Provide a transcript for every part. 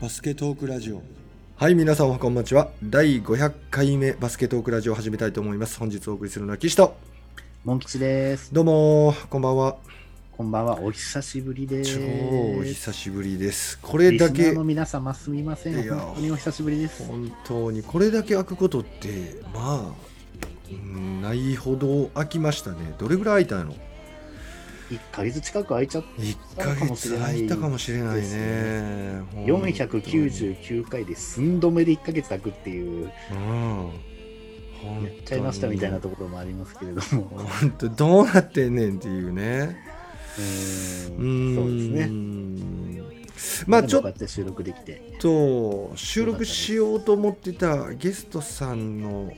バスケトークラジオはい、皆さんおはこんばんちは。第500回目バスケトークラジオを始めたいと思います。本日お送りするのは岸と。モン吉です。どうもー、こんばんは。こんばんは。お久しぶりです。超お久しぶりです。こぶれだリスナーけの、皆様すみませいん。や本当にお久しぶりです。本当にこれだけ開くことって、まあ、うんないほど開きましたね。どれぐらい開いたの1ヶ月近く空いちゃっ ?1 ヶ月開いたかもしれないね。て、本当に。 499回で寸止めで1ヶ月空くっていうう、ん。本当にやっちゃいましたみたいなところもありますけれど も。本当どうなってんねんっていうね。うーうんんそうですね。まあちょっでもこうやって収録できて。と収録しようと思ってたゲストさんの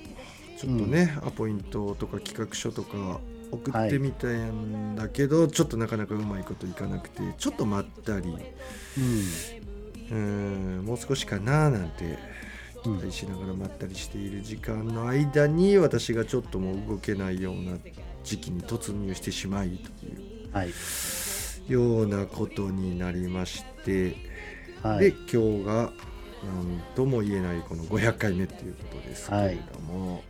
ちょっとね、アポイントとか企画書とか送ってみたんだけど、ちょっとなかなかうまいこといかなくてちょっと待ったりううんもう少しかななんて期ん。うん待しながら待ったりしている時間の間に私がちょっともう動けないような時期に突入してしまいといはい。うようなことになりまして。はでい。今日が何とも言えないこの500回目っていうことですけれども、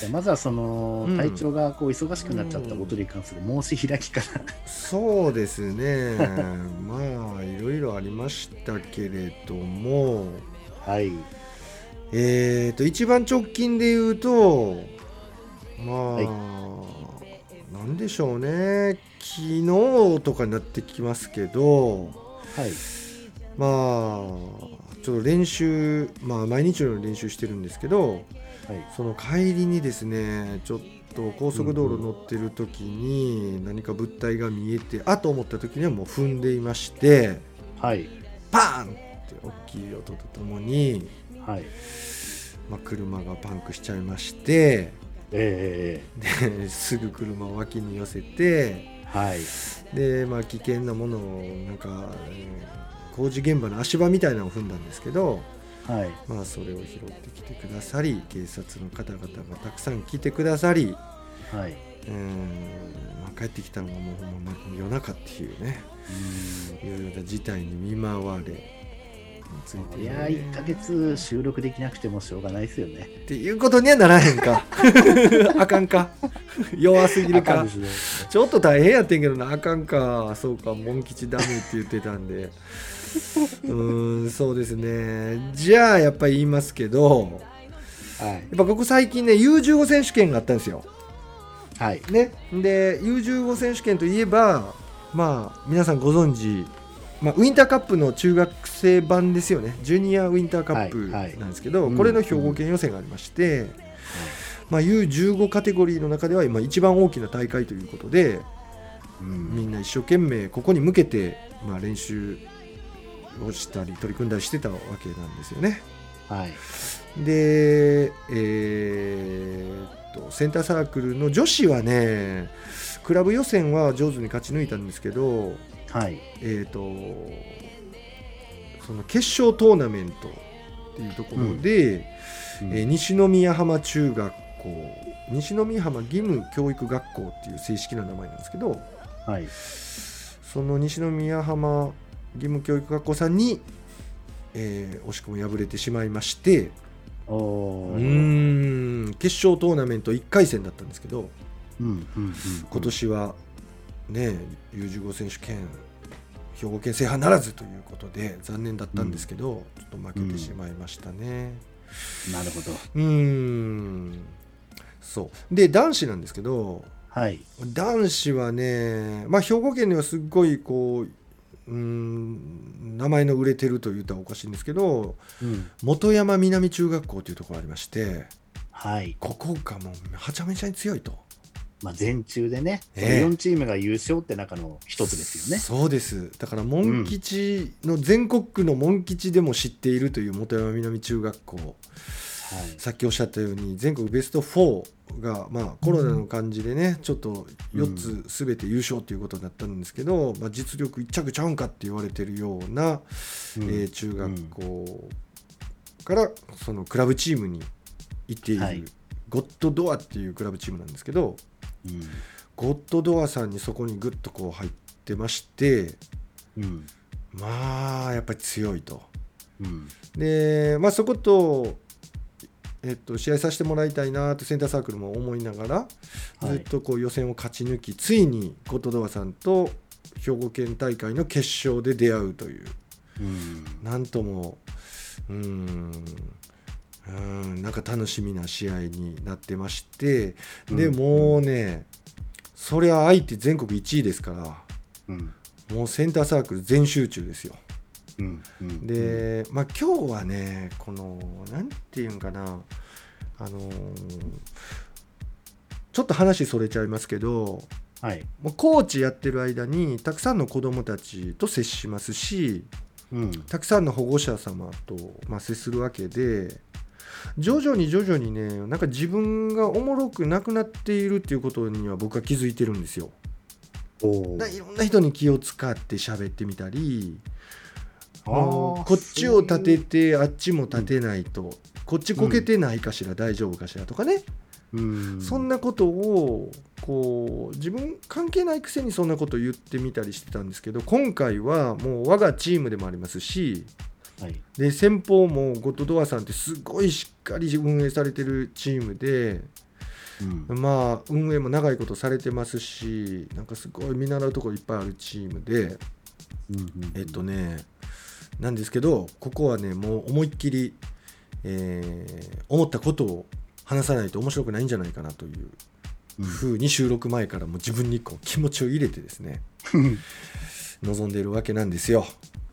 じゃあまずはそのうん、体調がこう忙しくなっちゃったことに関する申し開きから。そうですね まあいろいろありましたけれどもはい。えっ、と一番直近で言うとまあ、はいなんでしょうね昨日とかになってきますけどはい。まあちょっと練習まあ毎日のように練習してるんですけどはい。その帰りにですねちょっと高速道路乗ってる時に何か物体が見えて、あと思った時にはもう踏んでいましてはい。パーンって大きい音とともに、はい。まあ、車がパンクしちゃいましてえですぐ車を脇に寄せてえはい。で、まあ、危険なものをなんか、えー工事現場の足場みたいなのを踏んだんですけど。はい。まあそれを拾ってきてくださり警察の方々がたくさん来てくださりはい。うんまあ、帰ってきたのがもうほんま夜中っていうねうんいろいろな事態に見舞われついていやー、1ヶ月収録できなくてもしょうがないですよね。っていうことにはならへんか あかんか弱すぎるあかかんですね。ちょっと大変やってんけどなあかんかそうかモン吉ダメって言ってたんでうーんそうですねじゃあやっぱり言いますけどはい。やっぱここ最近ね U15 選手権があったんですよはい。ね、で U15 選手権といえば、まあ、皆さんご存知、まあ、ウィンターカップの中学生版ですよね、ジュニアウィンターカップはいはいなんですけど、うんこれの兵庫県予選がありまして、まあ、U15 カテゴリーの中では今、一番大きな大会ということで、うみん。んな一生懸命ここに向けて、まあ、練習をしたり、取り組んだりしてたわけなんですよね。はい。で、えーっとセンターサークルの女子はねクラブ予選は上手に勝ち抜いたんですけど、はい。えーっとその決勝トーナメントっていうところで、うんえー西宮浜中学校西宮浜義務教育学校っていう正式な名前なんですけどはい。その西宮浜義務教育学校さんに、えー惜しくも敗れてしまいまして。おおう。ーん決勝トーナメント1回戦だったんですけどうん。うん。うん今。年はね U15 選手権兵庫県制覇ならずということで残念だったんですけど、ちょっと負けてしまいましたねなるほど。うーんそうで男子なんですけどはい。男子はねまあ兵庫県ではすっごいこううーん名前の売れてると言ったらおかしいんですけどうん。本山南中学校というところがありましてはい。ここがもうはちゃめちゃに強いとまあ、全中でね、そのええ4チームが優勝って中の一つですよね。そうですだからモン吉の全国区のモン吉でも知っているという本山南中学校はい。さっきおっしゃったように全国ベスト4が、まあ、コロナの感じでね、ちょっと4つ全て優勝ということになったんですけど、まあ、実力一着ちゃうんかって言われてるような、うんえー中学校からそのクラブチームに行っている、はいゴッドドアっていうクラブチームなんですけど、うゴッドドアさんにそこにグッとこう入ってましてん。うん。まあやっぱり強いとうんで、まあ、そこと、えっと、試合させてもらいたいなとセンターサークルも思いながら、はずっいとこう予選を勝ち抜きついに琴ドアさんと兵庫県大会の決勝で出会うといううんなんともうーんうーんなんか楽しみな試合になってましてで、うんもうねそりゃ相手全国1位ですからうんもうセンターサークル全集中ですよ。うんうん、で、まあ、今日はねこのなんていうんかなあのーちょっと話それちゃいますけどはい、もうコーチやってる間にたくさんの子どもたちと接しますしうん、たくさんの保護者様と、まあ、接するわけで徐々に徐々にねなんか自分がおもろくなくなっているっていうことには僕は気づいてるんですよ。おだいーろんな人に気を使って喋ってみたりああのーこっちを立ててあっちも立てないと、こっちこけてないかしら、大丈夫かしらとかね、うん、そんな、なことをこう自分関係ないくせにそんなこと言ってみたりしてたんですけど今回はもう我がチームでもありますしはい、で先方もゴッドドアさんってすごいしっかり運営されてるチームでうんまあ運営も長いことされてますしなんかすごい見習うところいっぱいあるチームで。えっとね、なんですけど、ここはね、もう思いっきり、えー思ったことを話さないと面白くないんじゃないかなといううんふうに収録前からもう自分にこう気持ちを入れてですね、望んでいるわけなんですよ。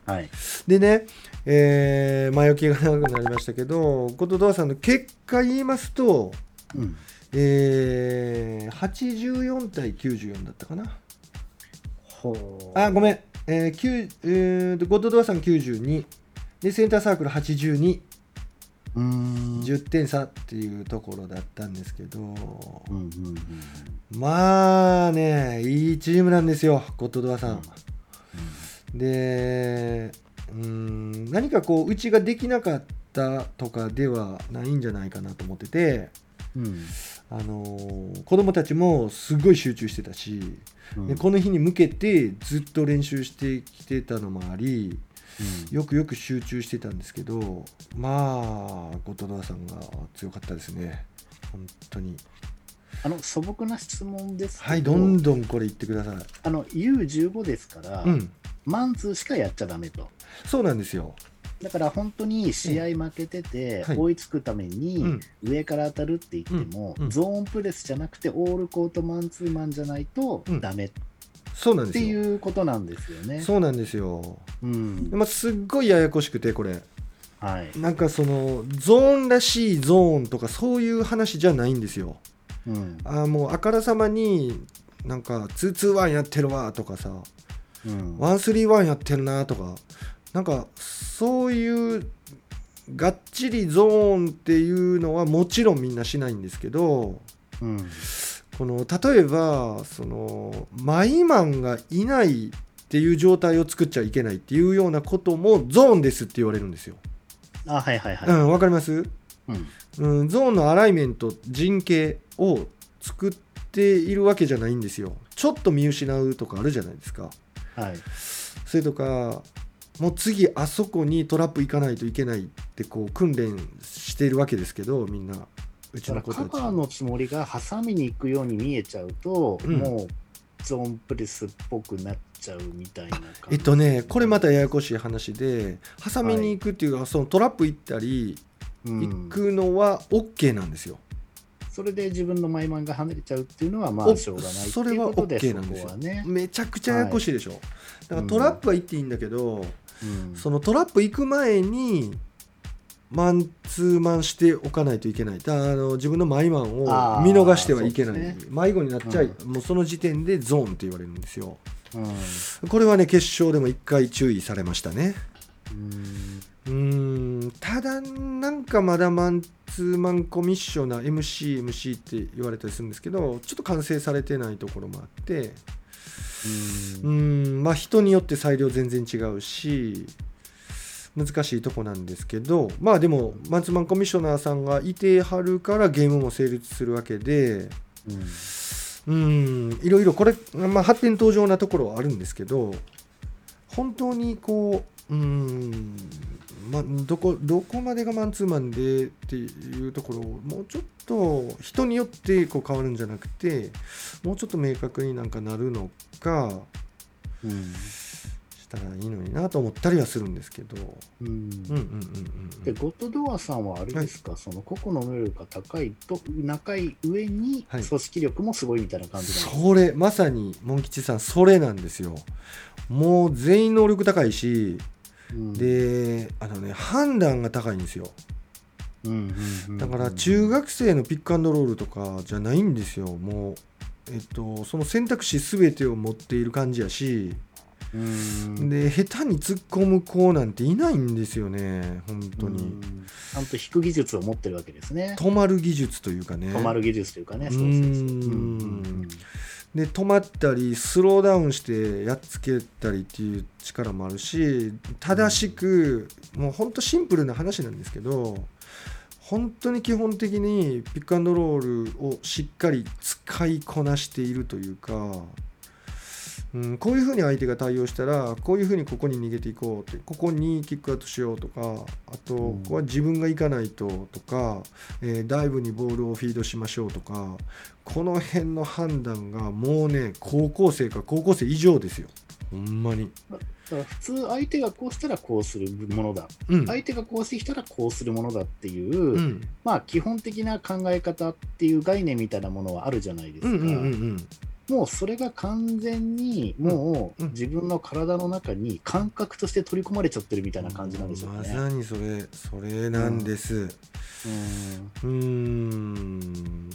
はい、でね、えー前置きが長くなりましたけど、ことドアさんの結果言いますと、うん、えー84対94だったかな。ほあごめん、ん、えーきゅうえーと、ゴッドドアさん92でセンターサークル8210うーん、点差っていうところだったんですけど、うんうんうんうん、まあねいいチームなんですよゴッドドアさん、でうーん何かこううちができなかったとかではないんじゃないかなと思ってて、うんあのー子供たちもすごい集中してたし、うん、でこの日に向けてずっと練習してきてたのもありうん、よくよく集中してたんですけどまあ後藤さんが強かったですね本当にあの素朴な質問ですけどはいどんどんこれ言ってくださいあの U15 ですから、うんマンツーしかやっちゃダメとそうなんですよだから本当に試合負けてて、はい追いつくために、うん上から当たるって言っても、うんうんゾーンプレスじゃなくてオールコートマンツーマンじゃないとうんダメっそうなんでてすいようことなんですよね。そうなんですようんでもすっごいややこしくてこれはいなんかそのゾーンらしいゾーンとかそういう話じゃないんですようんあーもうあからさまになんか221やってるわとかさうんワンスリーワンやってるなとかなんかそういうがっちりゾーンっていうのはもちろんみんなしないんですけどうんこの例えばそのマイマンがいないっていう状態を作っちゃいけないっていうようなこともゾーンですって言われるんですよ。あはいはいはい。うん、わかります、うんうん、ゾーンのアライメント陣形を作っているわけじゃないんですよ。ちょっと見失うとかあるじゃないですか。はいそれとかもう次あそこにトラップ行かないといけないってこう訓練しているわけですけどみんなうちのだ子かたらちカバーのつもりがハサミに行くように見えちゃうと、うんもうゾーンプレスっぽくなっちゃうみたいな感じ。えっとねこれまたややこしい話でハサミに行くっていうのはそのトラップ行ったりうん行くのは OK なんですよ、それで自分のマイマンが離れちゃうっていうのはまおあしょうがないっていうことでそれそは OK なんですこよはね。めちゃくちゃややこしいでしょ、だからトラップは行っていいんだけど、うんそのトラップ行く前にマンツーマンしておかないといけないだあの自分のマイマンを見逃してはいけない、あーそうで迷子になっちゃい、うもうその時点でゾーンって言われるんですようんこれはね決勝でも1回注意されましたねうんうーんただなんかまだマンツーマンコミッショナー MCMC って言われたりするんですけどちょっと完成されてないところもあってうーんまあ人によって裁量全然違うし難しいとこなんですけどまあでもマンツーマンコミッショナーさんがいてはるからゲームも成立するわけでうんうーんいろいろこれ、まあ、発展途上なところはあるんですけど本当にこううーんまあ、どこどこまでがマンツーマンでっていうところをもうちょっと人によってこう変わるんじゃなくてもうちょっと明確になんかなるのかうんしたらいいのになと思ったりはするんですけど、うんうんうんうんうでん、ゴッドドアさんはあれですか、その個々の能力が高いと仲いい上にはい組織力もすごいみたいな感じなんですか、それまさにモン吉さんそれなんですよもう全員能力高いしうんであのね判断が高いんですようんうんうんうんだから中学生のピックアンドロールとかじゃないんですよもう、えっと、その選択肢全てを持っている感じやしうんで下手に突っ込む子なんていないんですよね本当うにんちゃんと引く技術を持ってるわけですね止まる技術というかね止まる技術というかねそうそうそううんうんで止まったりスローダウンしてやっつけたりっていう力もあるし正しくもうほんとシンプルな話なんですけど本当に基本的にピックアンドロールをしっかり使いこなしているというか、うん、こういうふうに相手が対応したらこういうふうにここに逃げていこうってここにキックアウトしようとかあとうこんこは自分が行かないととか、えーダイブにボールをフィードしましょうとかこの辺の判断がもうね高校生か高校生以上ですよほんまに、だから普通相手がこうしたらこうするものだ、うん相手がこうしてきたらこうするものだっていう、うん、まあ基本的な考え方っていう概念みたいなものはあるじゃないですうか、んうんうんうんもうそれが完全にもううんうん自分の体の中に感覚として取り込まれちゃってるみたいな感じなんでしょうかまね。さにそれそれなんですうんうーん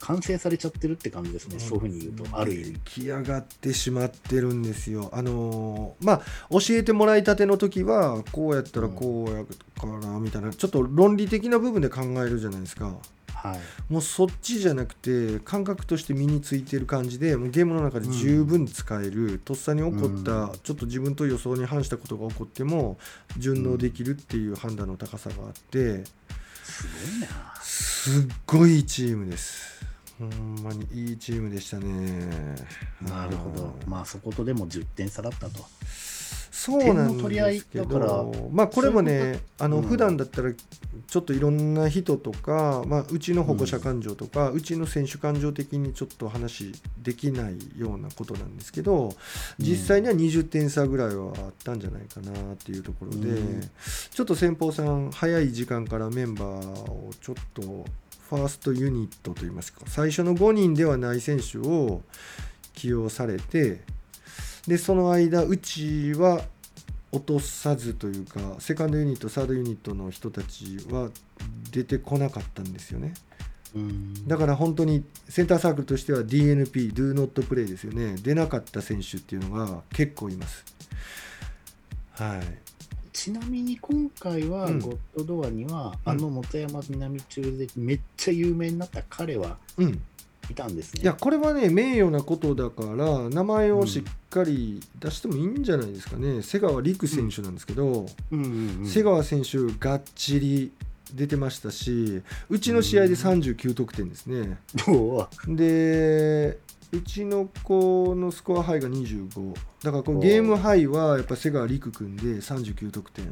完成されちゃってるって感じですね、そういうふうに言うと、ある意味出。来上がってしまってるんですよあのーまあ教えてもらいたての時はこうやったらこうやからみたいなちょっと論理的な部分で考えるじゃないですかはい、もうそっちじゃなくて感覚として身についてる感じでもうゲームの中で十分使える、とっさに起こった、うんちょっと自分と予想に反したことが起こっても順応できるっていう判断の高さがあってすごいな。すっごいいいチームですほんまにいいチームでしたねなるほどあ。ーまあそことでも10点差だったと。そうなんですけ点の取り合いだからどまあこれもそういねあうのん普段だったらちょっといろんな人とか、まあ、うちの保護者感情とか、うちの選手感情的にちょっと話できないようなことなんですけど実際には20点差ぐらいはあったんじゃないかなっていうところで、うんちょっと先方さん早い時間からメンバーをちょっとファーストユニットといいますか最初の5人ではない選手を起用されてでその間うちは落とさずというかセカンドユニットサードユニットの人たちは出てこなかったんですよねうんだから本当にセンターサークルとしては DNP、Do Not Play ですよね出なかった選手っていうのが結構います。はい、ちなみに今回はうんゴッドドアには、うんあの本山南中でめっちゃ有名になった彼はうんいたんですね。いやこれはね名誉なことだから名前をしっかり出してもいいんじゃないですかね、瀬川陸選手なんですけど、うんうんうん、瀬川選手がっちり出てましたしうちの試合で39得点ですね、どうでうちの子のスコアハイが25だからこうゲームハイはやっぱ瀬川陸君で39得点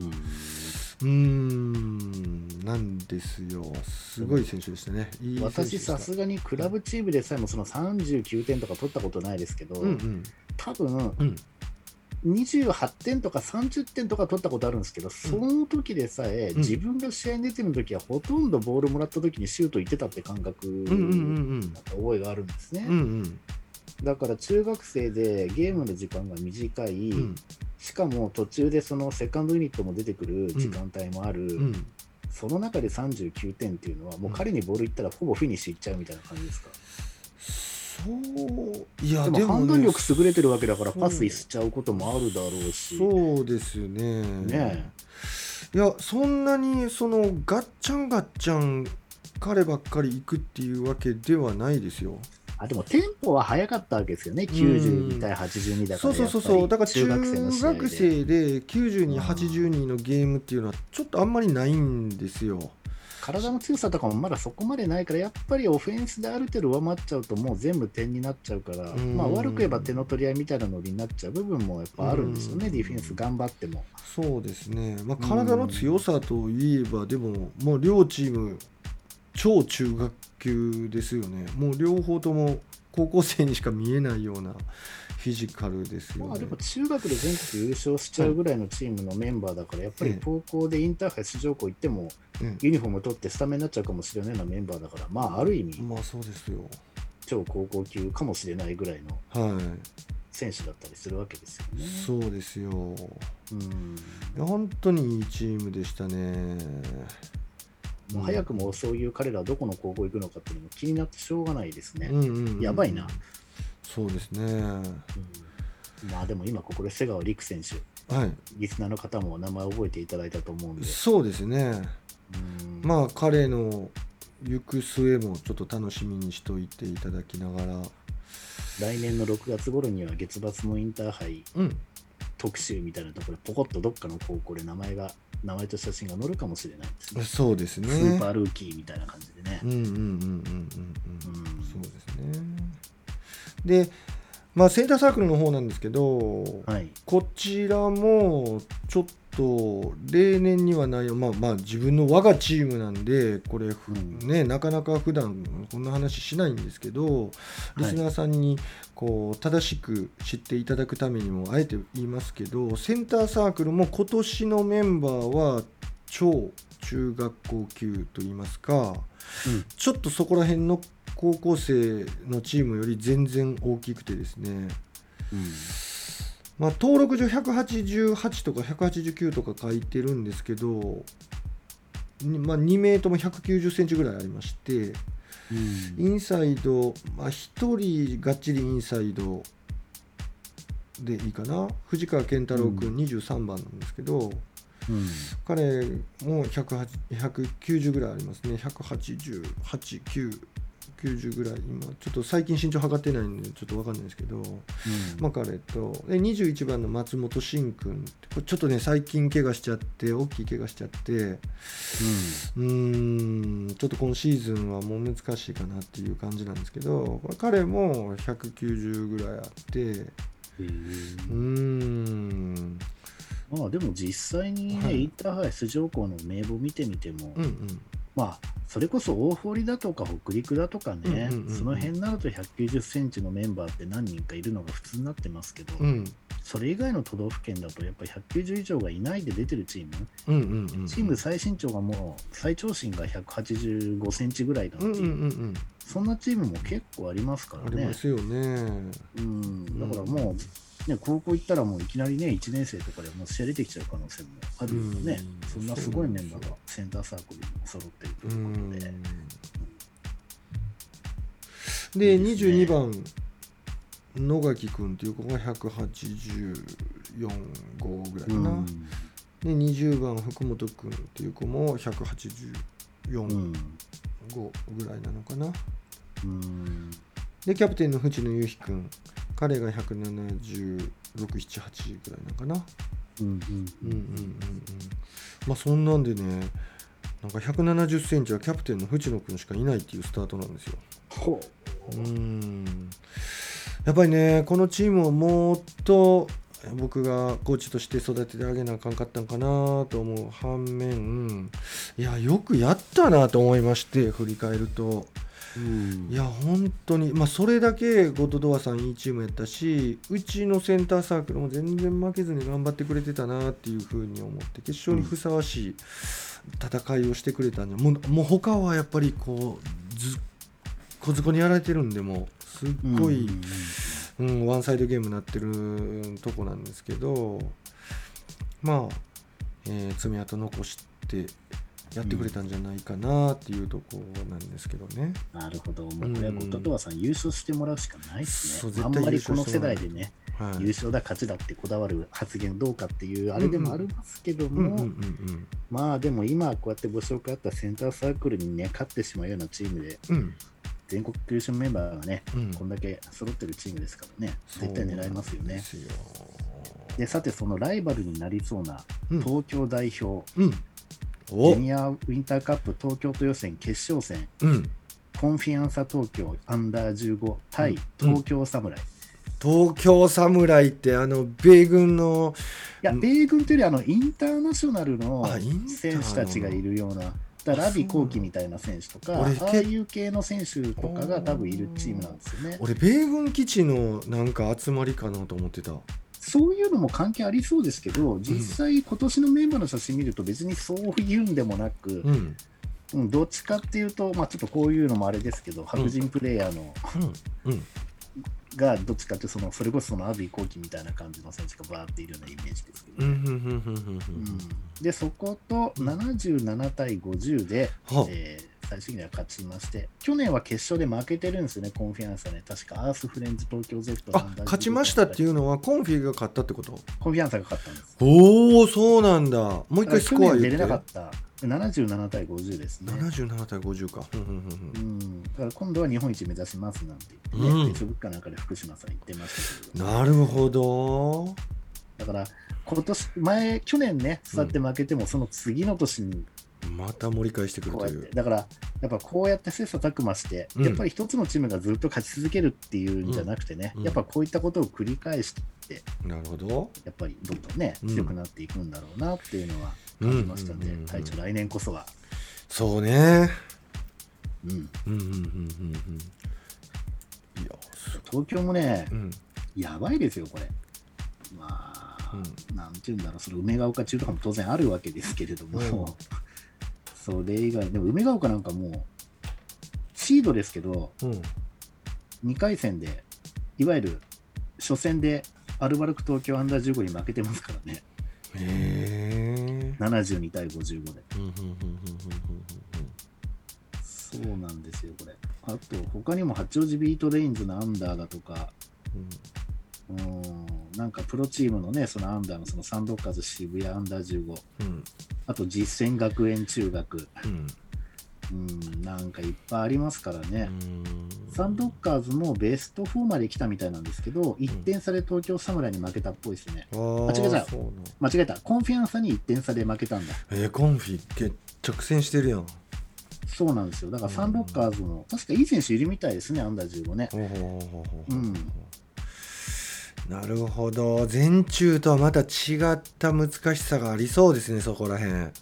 うんうーんなんですよすごい選手でしたねいい選手で私、したさすがにクラブチームでさえもその39点とか取ったことないですけど、うんうん多分うん28点とか30点とか取ったことあるんですけど、その時でさえ、うん自分が試合に出てる時は、ほとんどボールもらった時にシュート行ってたって感覚うんうんうんだった覚えがあるんですね。うんうんだから中学生でゲームの時間が短い、うんしかも途中でそのセカンドユニットも出てくる時間帯もある、うんその中で39点っていうのは、もう彼にボール行ったらほぼフィニッシュいっちゃうみたいな感じですか。そういやででもも,、判断力優れてるわけだからそうパスしちゃうこともあるだろうし。そうですよねねいやそんなにそのガッチャンガッチャン彼ばっかり行くっていうわけではないですよあでもテンポは速かったわけですよね、92対82だかそらうそうそうそうだやっぱからり中学の試合で生で90う人ん80人のゲームっていうのはちょっとあんまりないんですよ体の強さとかもまだそこまでないから、やっぱりオフェンスである程度上回っちゃうと、もう全部点になっちゃうから、うんまあ、悪く言えば手の取り合いみたいなのになっちゃう部分もやっぱあるんですよね、うんディフェンス頑張っても。そうですね、まあ、うん体の強さといえば、でも、もう両チーム、超中学級ですよね、もう両方とも高校生にしか見えないようなフィジカルですよまあ、でねも。中学で全国優勝しちゃうぐらいのチームのメンバーだから、やっぱり高校でインターハイ出場校行っても、うんユニフォーム取ってスタメンになっちゃうかもしれないようなメンバーだから、まあ、ある意味、まあそうですよ。超高校級かもしれないぐらいのは選手だったりするわけですよい。ね。そうですよ。うんいや本当にいいチームでしたね。もう早くもそういう彼らはどこの高校行くのかっていうのも気になってしょうがないですね。うんうんうんやばいな。そうですね。うんまあでも今ここで瀬川陸選手、はリスナーの方も名前覚えていただいたと思うんい。で、そうですね。うんまあ彼の行く末もちょっと楽しみにしておいていただきながら。来年の6月頃には月末のインターハイうん。特集みたいなところでポコッとどっかの高校で名前が名前と写真が載るかもしれないですね。そうですね。スーパールーキーみたいな感じでねう。んうんうんうんうんうん。うんそうですね。で、まあセンターサークルの方なんですけど、はい。こちらもちょっと例年にはないまあまあ自分の我がチームなんでこれ、ふうんねなかなか普段こんな話しないんですけどリスナーさんにこう正しく知っていただくためにもあえて言いますけどセンターサークルも今年のメンバーは超中学校級と言いますかうんちょっとそこら辺の高校生のチームより全然大きくてですねうんまあ、登録上188とか189とか書いてるんですけど、にまあ、2名とも190センチぐらいありまして、うんインサイド、まあ、1人がっちりインサイドでいいかな、藤川健太郎君23番なんですけど、うん彼も108 190ぐらいありますね、188、9、90ぐらい、今、ちょっと最近身長測ってないんで、ちょっと分かんないですけど。まあ、彼とで21番の松本慎君これちょっとね最近怪我しちゃって大きい怪我しちゃってうーんちょっと今シーズンはもう難しいかなっていう感じなんですけどこれ彼も190ぐらいあってううんーうんんまあでも実際にね、はいインターハイ出場校の名簿見てみても、うんうんまあそれこそ大堀だとか北陸だとかね、うんうんうんうんその辺になると190センチのメンバーって何人かいるのが普通になってますけど、うんそれ以外の都道府県だとやっぱ190以上がいないで出てるチーム、うんうんうんチーム最身長がもう最長身が185センチぐらいのチうーんム、うんうんうんそんなチームも結構ありますかあらりねま。すよねうん、だからもう、ね、高校行ったらもういきなりね、1年生とかでもう試合出てきちゃう可能性もあるよね、うんそんなすごいメンバーがセンターサークルに揃ってるとういーうこんとで、でいいですね22番野垣君っていう子が1845ぐらいかうな、んで20番福本君っていう子も184うん五ぐらいなのかな、うんでキャプテンの淵野由紀君彼が176778ぐらいなのかなうんうんうんうんうんまあそんなんでねなんか1 7 0センチはキャプテンの淵野君しかいないっていうスタートなんですよほうーんやっぱりねこのチームをもっと僕がコーチとして育ててあげなあかんかったんかなと思う反面いやよくやったなと思いまして振り返るとううんいや本当にまあそれだけゴッドドアさんいいチームやったしうちのセンターサークルも全然負けずに頑張ってくれてたなっていうふうに思って決勝にふさわしい戦いをしてくれたんじゃもうもう他はやっぱりこうずっこずこにやられてるんでもうすっごい、うんうん、ワンサイドゲームになってるとこなんですけどまあ、えー爪痕残してやってくれたんじゃないかなっていうとこなんですけどね。なるほど、もうこれはゴッドトワさん、優勝してもらうしかないですねそう。あんまりこの世代でね、はい優勝だ、勝ちだってこだわる発言どうかっていう、あれでもありますけどうんうんうも、んまあでも今、こうやってご紹介あったセンターサークルにね、勝ってしまうようなチームで、うんうん全国優勝メンバーがね、うんこんだけ揃ってるチームですからね、そう絶対狙いますよでね。すよで、さて、そのライバルになりそうなうん東京代表、うんジュニアウィンターカップ東京都予選決勝戦、うん、コンフィアンサ東京アンダー15対うん東京侍。い東京侍ってあの米軍のや、うん米軍というよりあのインターナショナルのあインターの選手たちがいるような。だかあらラビ・そうコウキみたいな選手とか、俺ああいう系の選手とかが多分いるチームなんですよね。俺米軍基地のなんか集まりかなと思ってたそういうのも関係ありそうですけど、実際、今年のメンバーの写真見ると、別にそういうんでもなく、うん、うん、うん、どっちかっていうと、まあ、ちょっとこういうのもあれですけど、白人プレイヤーの、うんがどっちかっていうとその、それこそそのアビー・コーキみたいな感じの選手がバーっているようなイメージですけうど、んうんうんうんうんううんんでそこと77対50で、はえー最終的には勝ちまして、去年は決勝で負けてるんですよね、コンフィアンスはね、確かアース・フレンズ東京 Z、あ勝ちましたっていううのはコンフィが勝ったってことコンフィアンスが勝ったんです。おおそうなんだもう一回ス去コア言年出ってれなかった77対50ですね。 77対50か、うんうんううんん、だから今度は日本一目指しますなんて言ってうね、ん Facebook かなんかで福島さん言ってましうたけん、ど、なるほどだから今年、前、去年ね、座って負けても、その次の年にまた盛り返してくることうやっいてう、だからやっぱこうやって切磋琢磨して、うんやっぱり一つのチームがずっと勝ち続けるっていうんじゃなくてね、うんやっぱこういったことを繰り返して、なるほどやっぱりどんどんねう、ん強くなっていくんだろうなっていうのはうん感じましたんで、うんうんうん隊長、来年こそは、そうねうん、うんうんうんうんうんいやす東京もね、うんやばいですよ、これ。まあ、うなんていうんだろう、その梅ヶ丘中とかも当然あるわけですけれども、うん それ以外、でも梅ヶ丘なんかもう、シードですけど、うん2回戦で、いわゆる初戦で、アルバルク東京アンダー15に負けてますからね、へえ72対55で。うんうんうんうんうんそうなんですよ、これ。あと、他にも八王子ビートレインズのアンダーだとか、うんうーん、なんかプロチームのね、そのアンダーのそのサンドッカーズ渋谷アンダー15、うんあと実践学園中学、うんうん、なんかいっぱいありますからね、うんサンドッカーズもベスト4まで来たみたいなんですけど、1点差で東京サムライに負けたっぽいですね。あーあ違う違うそうなん間違えた、コンフィアンサに1点差で負けたんだ。えー、コンフィ決着戦してるやんそうなんですよ、だからサンドッカーズも、確かいい選手いるみたいですね、アンダー15ね。ほうほうほうほうほううんなるほど全中とはまた違った難しさがありそうですねそこらへん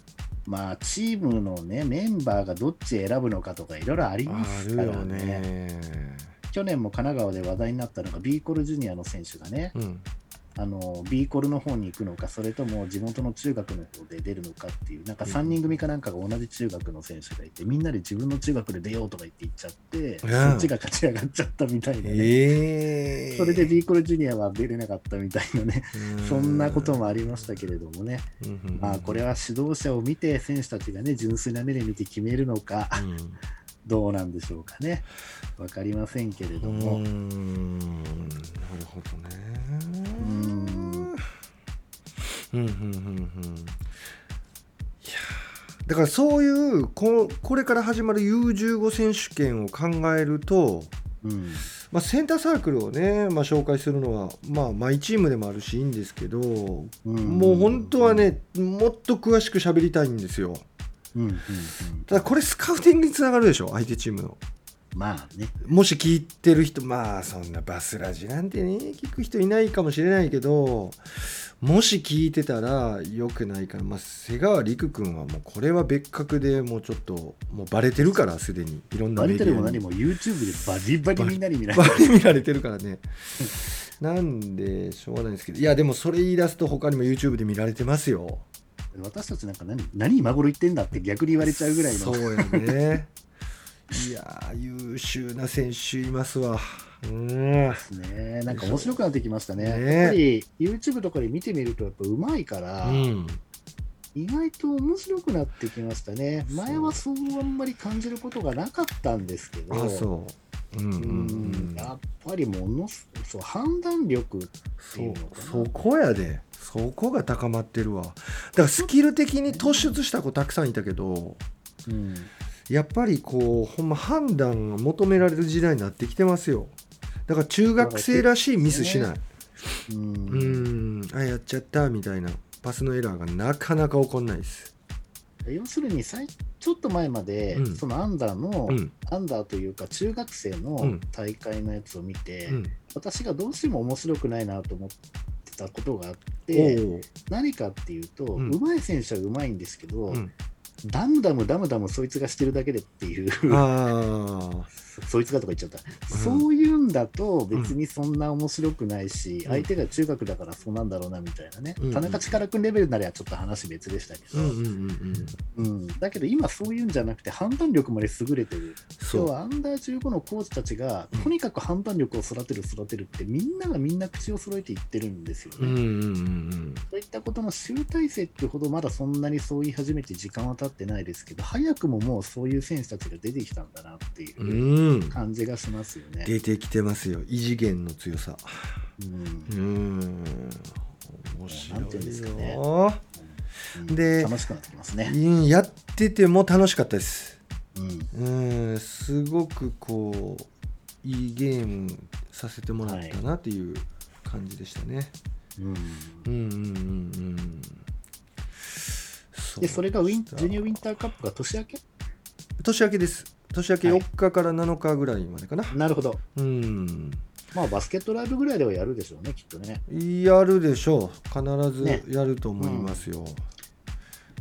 まあ、チームのね、メンバーがどっち選ぶのかとか、いろいろありまあするからよね。ね去年も神奈川で話題になったのが、ビーコルジュニアの選手がね、うんあの B コルの方に行くのか、それとも地元の中学の方で出るのかっていう、なんか3人組かなんかが同じ中学の選手がいて、みんなで自分の中学で出ようとか言って行っちゃって、そっちが勝ち上がっちゃったみたいな、ねええそれで B コルジュニアは出れなかったみたいなね、そんなこともありましたけれどもね、まあこれは指導者を見て、選手たちがね、純粋な目で見て決めるのか、どうなんでしょうかね、わかりませんけれうどんも。うんなるほどねうんうんうんうんうんいやーだからそういうここれから始まる U15 選手権を考えると、うんまあ、センターサークルをね、まあ、紹介するのは、まあ、マイチームでもあるしいいんですけど、もう本当は、ねもっと詳しく喋りたいんですようんうんうん、ただこれスカウティングにつながるでしょ相手チームのまあね、もし聞いてる人まあそんなバスラジなんてね聞く人いないかもしれないけどもし聞いてたら良くないから、まあ、瀬川陸君はもうこれは別格でもうちょっともうバレてるからすでにいろんなバリメデティアレにも何も YouTube でバリバリみんなに見られバる。リ見られてるから ね。なんでしょうがないですけど、いや、でもそれ言い出すと、他にも YouTube で見られてますよ。私たちなんか何何今頃言ってんだって逆に言われちゃうぐらいそのう。やね。 いやー、優秀な選手いますわ。うん。ね、なんか面白くなってきましたね。ねやっぱり YouTube とかで見てみるとやっぱうまいから、うん、意外と面白くなってきましたね。そう前はそうあんまり感じることがなかったんですけど、あ、そう。うん、ううんん、やっぱりものすそう判断力っていそううのか、そこやで。そこが高まってるわ。だからスキル的に突出した子たくさんいたけど、な、うんやっぱりこうほんま判断が求められる時代になってきてますよだから中学生らしいミスしないうんうーんあやっちゃったみたいなパスのエラーがなかなか起こんないです要するに最ちょっと前まで、うんそのアンダーの、うんアンダーというか中学生うのん大会のやつを見て、うん私がどうしても面白くないなと思ってたことがあっおてー何かっていうと、うん上手い選手は上手いんですけど、うんダムダムダムダムそいつがしてるだけでっていうあ そいつがとか言っちゃった、うんそういうんだと別にそんな面白くないし、うん相手が中学だからそうなんだろうなみたいなね、うん田中力君レベルならちょっと話別でしたけーうど、んうんうんうんうんだけど今そういうんじゃなくて判断力まで優れてるそ今う日はアンダー15のコーチたちがうんとにかく判断力を育てる育てるってみんながみんな口を揃えて言ってるんですようね、んうんうんそういったことの集大成ってほどまだそんなにそう言い始めて時間は経ってないですけど早くももうそういう選手たちが出てきたんだなっていううんうん感じがしますよね。出てきてますよ異次元の強さうんうーん面白なんていうんでいすよかねんで楽しくなってきますね。うんやってても楽しかったですうんうんすごくこういいゲームさせてもらったなっていう感じでしたね、うんうんうんうんうんそうでそれがウィンでしたジュニアウィンターカップが年明け年明けです年明けはい4日から7日ぐらいまでかな、なるほど。うんまあバスケットライブぐらいではやるでしょうね、きっとね。やるでしょう必ねずやると思いますよ、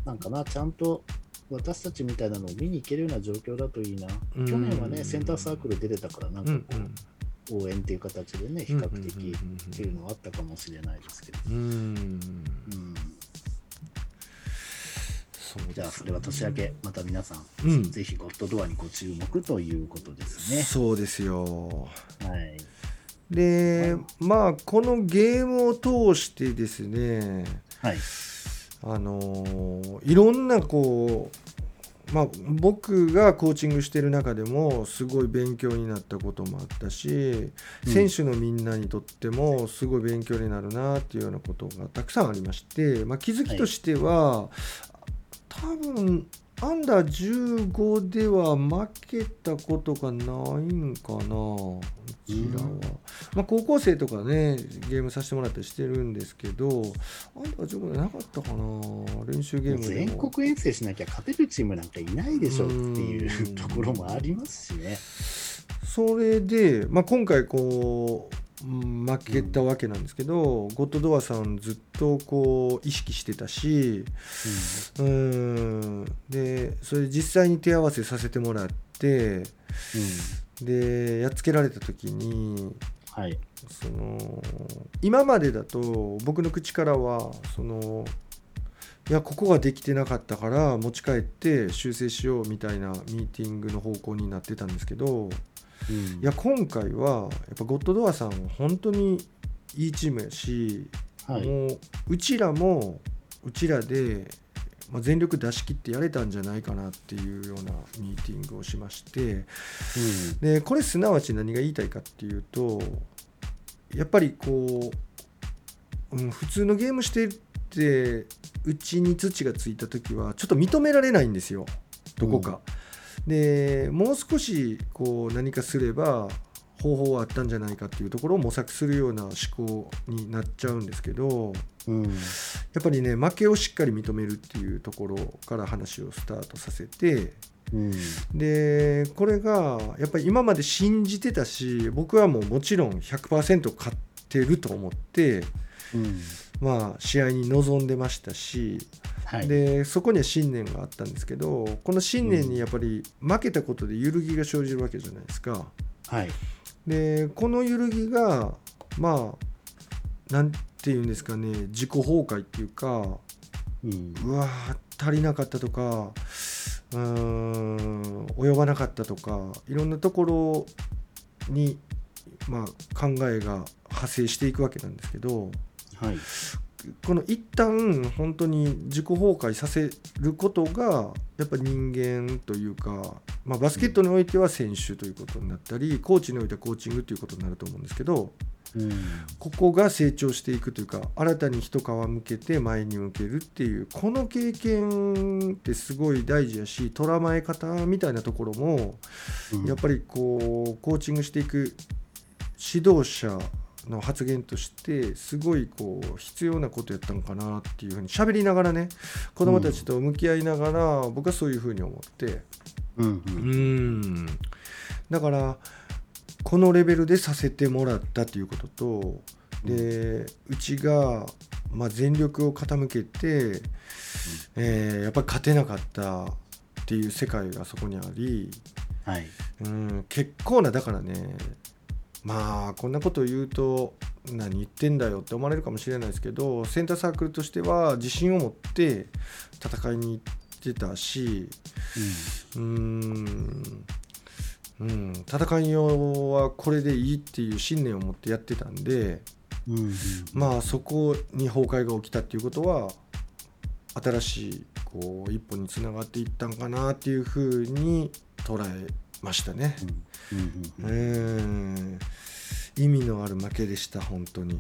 なんかな、ちゃんと私たちみたいなのを見に行けるような状況だといいな。うん去年はね、センターサークル出てたから、なんうかんこう、応援っていう形でね、比較的うんうんうんうんっていうのはあったかもしれないですけど。うんうんうんそうですじゃあそれは年明け、また皆さん、うんぜひゴッドドアにご注目ということですね。そうですよはい。で、まあこのゲームを通してですねはい。あのーいろんなこうまあ、僕がコーチングしてる中でもすごい勉強になったこともあったしうん選手のみんなにとってもすごい勉強になるなっていうようなことがたくさんありまして、まあ、気づきとしては、多分アンダー15では負けたことがないんかなこちらは、うんまあ、高校生とかねゲームさせてもらったりしてるんですけどアンダー15でなかったかな練習ゲームでも全国遠征しなきゃ勝てるチームなんかいないでしょっていううんところもありますしね。それで、まあ、今回こううん負けたわけなんですけど、ゴッドドアさんずっとこう意識してたしうんでそれ実際に手合わせさせてもらってうんうんでやっつけられた時にはい。その今までだと僕の口からはそのいやここができてなかったから持ち帰って修正しようみたいなミーティングの方向になってたんですけどうんいや今回はやっぱゴッドドアさんは本当にいいチームやし、はい。もううちらもうちらで、まあ全力出し切ってやれたんじゃないかなっていうようなミーティングをしましてでこれすなわち何が言いたいかっていうとやっぱりこう、うん、普通のゲームしててうちに土がついた時はちょっと認められないんですよどこか。でもう少しこう何かすれば方法はあったんじゃないかっていうところを模索するような思考になっちゃうんですけどうん。うんやっぱりね負けをしっかり認めるっていうところから話をスタートさせてうん。でこれがやっぱり今まで信じてたし僕はもうもちろん100%勝ってると思って、うん。まあ、試合に臨んでましたし、はい。でそこには信念があったんですけどこの信念にやっぱり負けたことで揺るぎが生じるわけじゃないですか。はい。でこの揺るぎがまあなんていうんですかね自己崩壊っていうかうん。うわー足りなかったとかうーん及ばなかったとかいろんなところに、まあ、考えが派生していくわけなんですけどはい。この一旦本当に自己崩壊させることがやっぱ人間というか、まあ、バスケットにおいては選手ということになったりコーチにおいてはコーチングということになると思うんですけどうん。ここが成長していくというか新たに一皮向けて前に向けるっていうこの経験ってすごい大事やし捉まえ方みたいなところもうんやっぱりこうコーチングしていく指導者の発言としてすごいこう必要なことやったのかなっていうふうに喋りながらね子どもたちと向き合いながら、僕はそういうふうに思ってうんうんだからこのレベルでさせてもらったということとでうちが、まあ、全力を傾けて、えーやっぱり勝てなかったっていう世界がそこにあり、はい。うん、結構なだからねまあこんなこと言うと何言ってんだよって思われるかもしれないですけどセンターサークルとしては自信を持って戦いに行ってたしうーん、うん、戦いようはこれでいいっていう信念を持ってやってたんでうん。うん、まあそこに崩壊が起きたっていうことは新しいこう一歩につながっていったんかなっていうふうに捉えましたね。うん。うん。うん。うん意味のある負けでした本当に。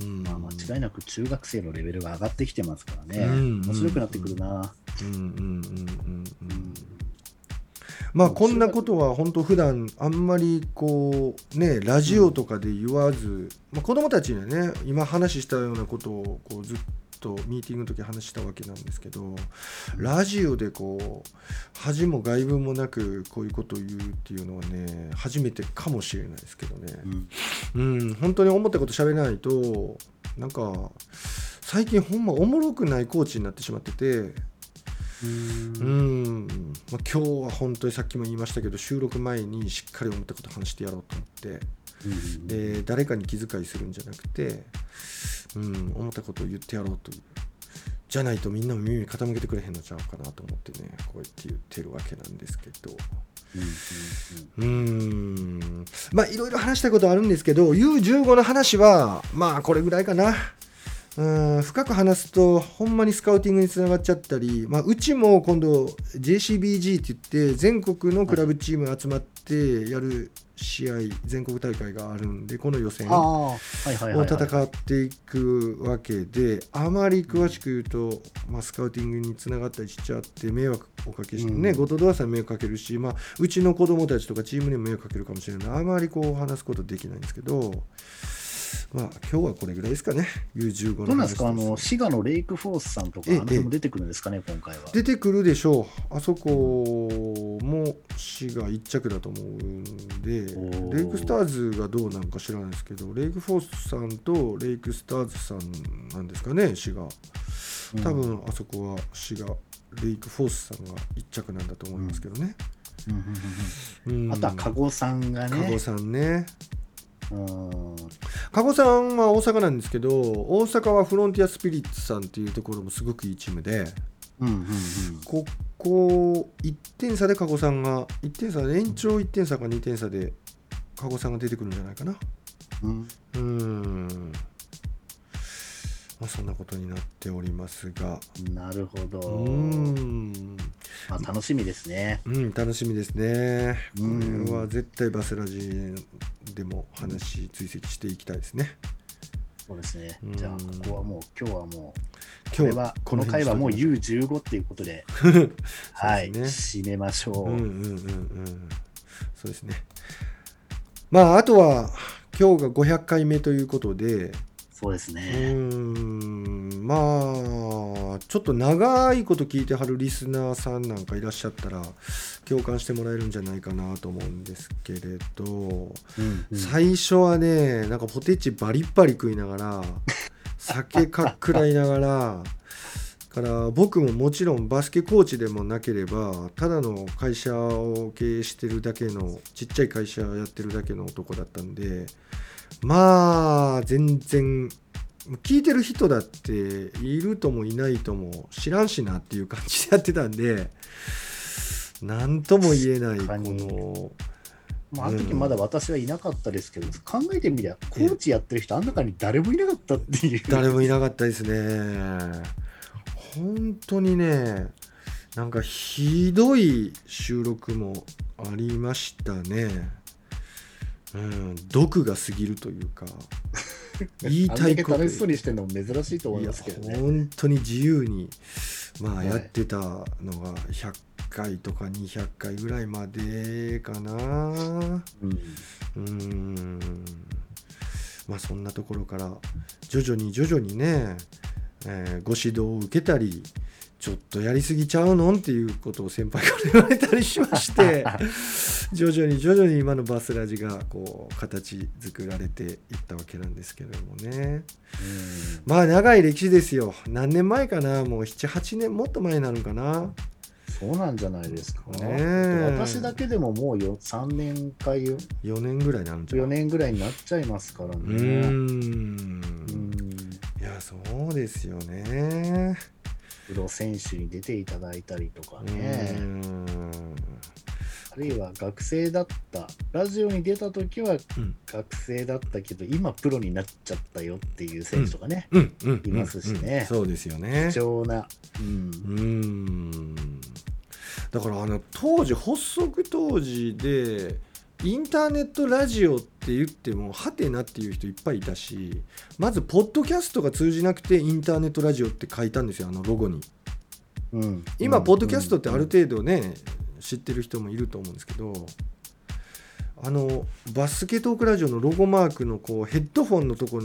うんまあ、間違いなく中学生のレベルが上がってきてますからね。うん面白くなってくるな。うんうんうんうんううんんまあこんなことは本当普段あんまりこうねラジオとかで言わず、まあ、子供たちにはね今話したようなことをこうずっとミーティングの時話したわけなんですけどラジオでこう恥も外聞もなくこういうことを言うっていうのはね初めてかもしれないですけどね。うんうん、本当に思ったこと喋れないとなんか最近ほんまおもろくないコーチになってしまっててうん、まあ、今日は本当にさっきも言いましたけど収録前にしっかり思ったこと話してやろうと思ってうんで誰かに気遣いするんじゃなくて、うん、思ったことを言ってやろうというじゃないとみんなも耳傾けてくれへんのちゃうかなと思ってねこうやって言ってるわけなんですけど。うんうーんまあいろいろ話したいことはあるんですけど U15 の話はまあこれぐらいかなうーん深く話すとほんまにスカウティングにつながっちゃったり、まあ、うちも今度 JCBG って言って全国のクラブチーム集まってやる試合全国大会があるんでこの予選ああ、をはいはいはい、はい。戦っていくわけであまり詳しく言うと、まあ、スカウティングにつながったりしちゃって迷惑おかけしてね、うん後藤ドアさんに迷惑かけるし、まあ、うちの子供たちとかチームにも迷惑かけるかもしれないあまりこう話すことできないんですけど、まあ、今日はこれぐらいですかね U15 の話どうなんですかあとの、滋賀のレイクフォースさんとか、えあえの辺も出てくるんですかね、今回は。出てくるでしょうあそこも滋賀一着だと思うんでおーレイクスターズがどうなんか知らないですけどレイクフォースさんとレイクスターズさんなんですかね滋賀うん多分あそこは滋賀レイクフォースさんが一着なんだと思いますけどね、うんうんうんううんんあとは、加護さんが加ね護、さんねうん加護さんは大阪なんですけど大阪はフロンティアスピリッツさんっていうところもすごくいいチームでうんうんここ1点差で加護さんが1点差で延長1点差か2点差で加護さんが出てくるんじゃないかなうんううんーんまあそんなことになっておりますがなるほど、うーんまあ、楽しみですね。うん楽しみですねこうんれは絶対バスラジでも話追跡していきたいですねそうですねうん。じゃあ、ここはもう、今日はもう、こ今れ日は、この回はもう U15 っていうこと で、はい、そうです締めましょう。うんうんうんうんそうですねまああとは今日が500回目ということでそうですうね。ーんまあちょっと長いこと聞いてはるリスナーさんなんかいらっしゃったら共感してもらえるんじゃないかなと思うんですけれど、うんうん最初はねなんかポテチバリッバリ食いなが ら酒かっくらいながらから僕ももちろんバスケコーチでもなければただの会社を経営してるだけのちっちゃい会社やってるだけの男だったんでまあ全然聞いてる人だっているともいないとも知らんしなっていう感じでやってたんで何とも言えない確こかにの。まあ、あの時まだ私はいなかったですけど、考えてみりゃ、コーチやってる人、あの中に誰もいなかったっていう。誰もいなかったですね。本当にね、なんかひどい収録もありましたね。うん、毒が過ぎるというか、言い あんただいけこと。楽しそうにしてるのも珍しいと思いますけどいやね。本当に自由に、まあ、はいやってたのが100回とか200回ぐらいまでかなうんうんまあそんなところから徐々に徐々にね、えーご指導を受けたりちょっとやりすぎちゃうのんっていうことを先輩から言われたりしまして 徐々に徐々に今のバスラジがこう形作られていったわけなんですけれどもねまあ長い歴史ですよ何年前かなもう78年もっと前になるんかなそうなんじゃないですか。ねえ私だけでももうよ3年か4 4年ぐらいになるんじゃない年ぐらいになっちゃいますからうーね。うんんいやそうですよねプロ選手に出ていただいたりとかうね、んあるいは学生だった、ラジオに出た時はうん学生だったけど、今プロになっちゃったよっていう選手とかね、うんうんいますしねうんそうですよね貴重な、う、うんーんだからあの当時発足当時でインターネットラジオって言ってもハテナっていう人いっぱいいたしまずポッドキャストが通じなくてインターネットラジオって書いたんですよあのロゴにうん今ポッドキャストってある程度ね知ってる人もいると思うんですけどあのバスケトークラジオのロゴマークのこうヘッドフォンのところ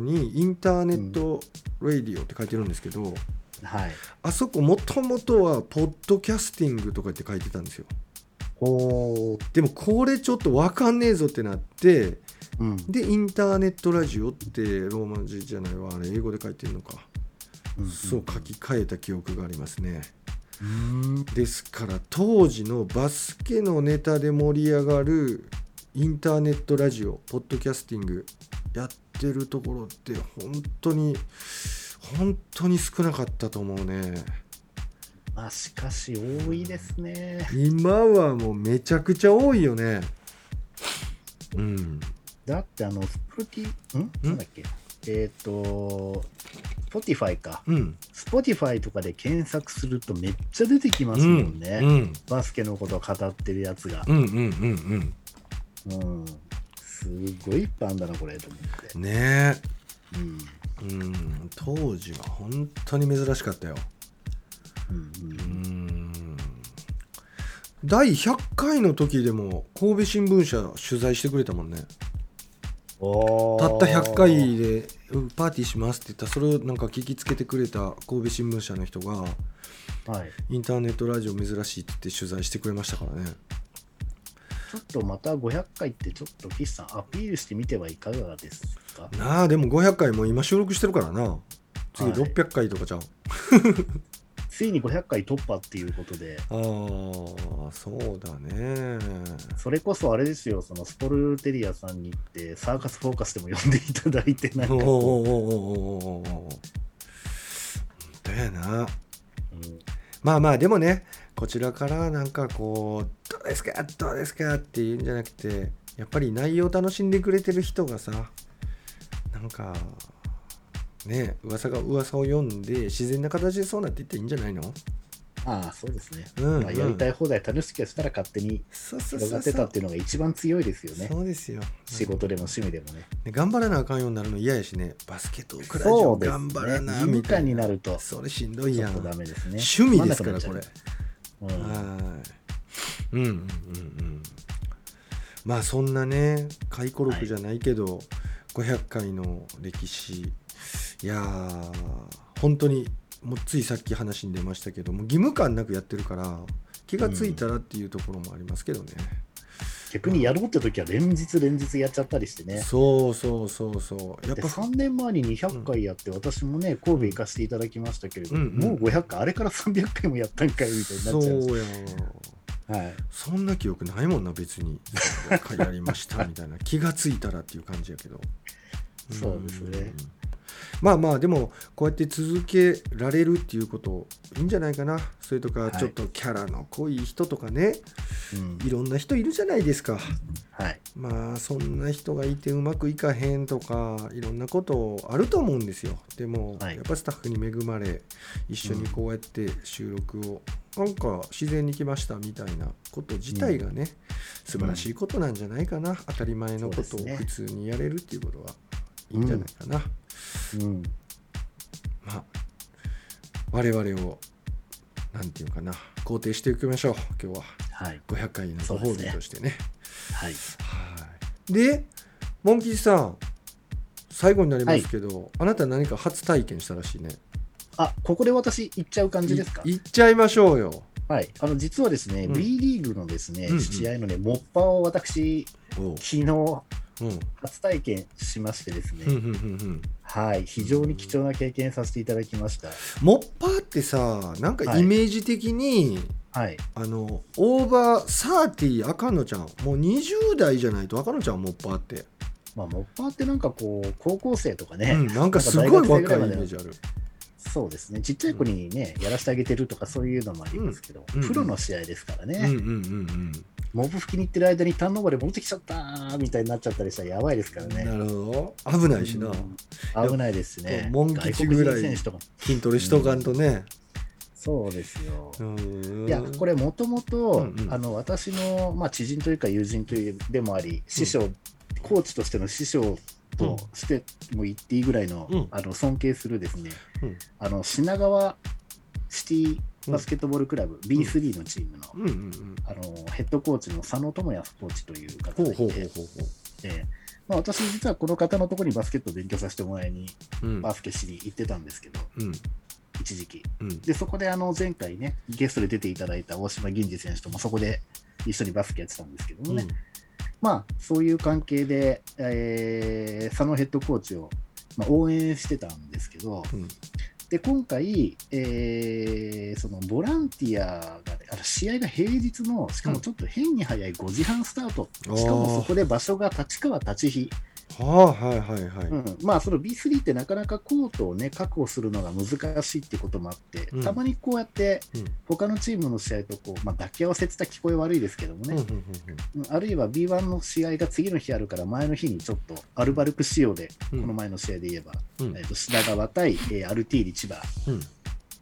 にインターネット・ラディオって書いてるんですけど、はい。あそこもともとはポッドキャスティングとかって書いてたんですよほでもこれちょっと分かんねえぞってなってう、うん、でインターネットラジオってローマ字じゃないわあれ英語で書いてるのか、うんそう書き換えた記憶がありますねうんですから当時のバスケのネタで盛り上がるインターネットラジオポッドキャスティングやってるところって本当に本当に少なかったと思うねまあしかし多いですね。今はもうめちゃくちゃ多いよねうんだってあの、スプティ、んなんだっけえっ、と、Spotify か。うん、 Spotify とかで検索するとめっちゃ出てきますもんね。うんバスケのことを語ってるやつが。うんうんうんうん。すごいいっぱいあんだな、これ、と思ってう。んねうえん。うん当時は本当に珍しかったようんううんん第100回の時でも神戸新聞社取材してくれたもんねおたーった100回でうんパーティーしますって言ったそれをなんか聞きつけてくれた神戸新聞社の人がはい。インターネットラジオ珍しいって言って取材してくれましたからねちょっとまた500回って、ちょっと岸さん、アピールしてみてはいかがですかなあでも500回も今収録してるからな次はい600回とかじゃん、ついに500回突破っていうことで。ああそうだ ねそれこそあれですよ、そのスポルテリアさんに行って、サーカスフォーカスでも呼んでいただいて、なんおかおおこおおおおおだよなう、うんまあまあでもねこちらからなんかこう「どうですかどうですか?」って言うんじゃなくてやっぱり内容を楽しんでくれてる人がさなんかね噂が噂を読んで自然な形でそうなっていっていいんじゃないのああ、そうですね。うんまあ、やりたい放題楽しくしたら勝手にそうそう広そがうってそたうっていうのが一番強いですよね。そうですよ仕事でも趣味でもね。ね頑張らなあかんようになるの嫌やしねバスケットクラジそオうです頑ね。張らなあ義務みた感いにななると、それしんどいちょやっんとダメですね。趣味ですからつこまんれなくなっちゃう。うんはいうんうんうんうんまあそんなね回顧録じゃないけど、500回の歴史いやー本当にもうついさっき話に出ましたけどもう義務感なくやってるから気がついたらっていうところもありますけどね、逆にやろうって時は連日連日やっちゃったりしてね。そうそうそうそうやっでぱ3年前に200回やって、私もね、神戸行かせていただきましたけれども、うんうんもう500回、あれから300回もやったんかいみたいになっちゃいましそうやた。はい、そんな記憶ないもんな別に500回やりま したみたいな気がついたらっていう感じやけどそうですねんまあまあでもこうやって続けられるっていうこといいんじゃないかなそれとはかいちょっとキャラの濃い人とかね、うんい、ろんな人いるじゃないですかはい、まあそんな人がいてうまくいかへんとかいろんなことあると思うんですよでも、はいやっぱスタッフに恵まれ一緒にこうやって収録を、なんか自然に来ましたみたいなこと自体がね、素晴らしいことなんじゃないかな、当たり前のことそをうですね普通にやれるっていうことはいいんじゃないかな、うん、まあ我々をなんていうかな肯定していきましょう今日ははい。 500回のごそう褒です美ねとしてねはい。はいでモンキーさん最後になりますけど、あなた何か初体験したらしいねあ、ここで私行っちゃう感じですかいいっちゃいましょうよはい。あの、実はですね、うん B リーグのですねうんう、ん試合のね、モッパを私、おう昨日うん初体験しましてですね、うんうんうんうんはい。非常に貴重な経験させていただきました。モッパーってさなんかイメージ的に、はい。あのオーバーサーティー赤野ちゃんもう20代じゃないと赤野ちゃんモッパーって、まあ、モッパーってなんかこう、高校生とかね、うん、なんかすごい若いイメージあるそうですね、ちっちゃい子にね、やらせてあげてるとか、そういうのもありますけど、うんうんプロの試合ですからね、うんうんうんモブ吹きに行ってる間にターンオーバーで戻ってきちゃったーみたいになっちゃったりしたらやばいですからうん、なね。るほど危ないしな、うん危ないですね。モン吉ぐらい外国人選手とか。筋トレしとかんとね、そうですよ。うんいや、これもともとうんう、んあの、私の、まあ、知人というか友人というでもあり、師匠、コーチとしての師匠としても言っていいぐらいの、うんあの、尊敬するですね、うんあの、品川シティバスケットボールクラブ、B3 のチームの、うんうんうんあのヘッドコーチの佐野智康コーチというほ方がういほうほうて、ほうえーまあ、私、実はこの方のところにバスケットを勉強させてもらいに、ほううんバスケしに行ってたんですけど、うん一時期。うんで、そこであの前回ね、ゲストで出ていただいた大島銀次選手ともそこで一緒にバスケやってたんですけどもね、まあ、そういう関係で、えー佐野ヘッドコーチを、まあ、応援してたんですけど、うんで今回、えーそのボランティアがね、あの試合が平日の、しかもちょっと変に早い5時半スタート、うんしかもそこで場所が立川立ち日、はあはいはいはい、うんまあ、その B3 ってなかなかコートを、ね、確保するのが難しいってこともあって、うんたまにこうやってうん他のチームの試合とこう、まあ、抱き合わせって言ったら聞こえ悪いですけどもうんうんね、うんうんあるいは B1 の試合が次の日あるから、前の日にちょっとアルバルク仕様で、うんこの前の試合で言えば、うんえーと品川対、えーアルティーリ千葉。うん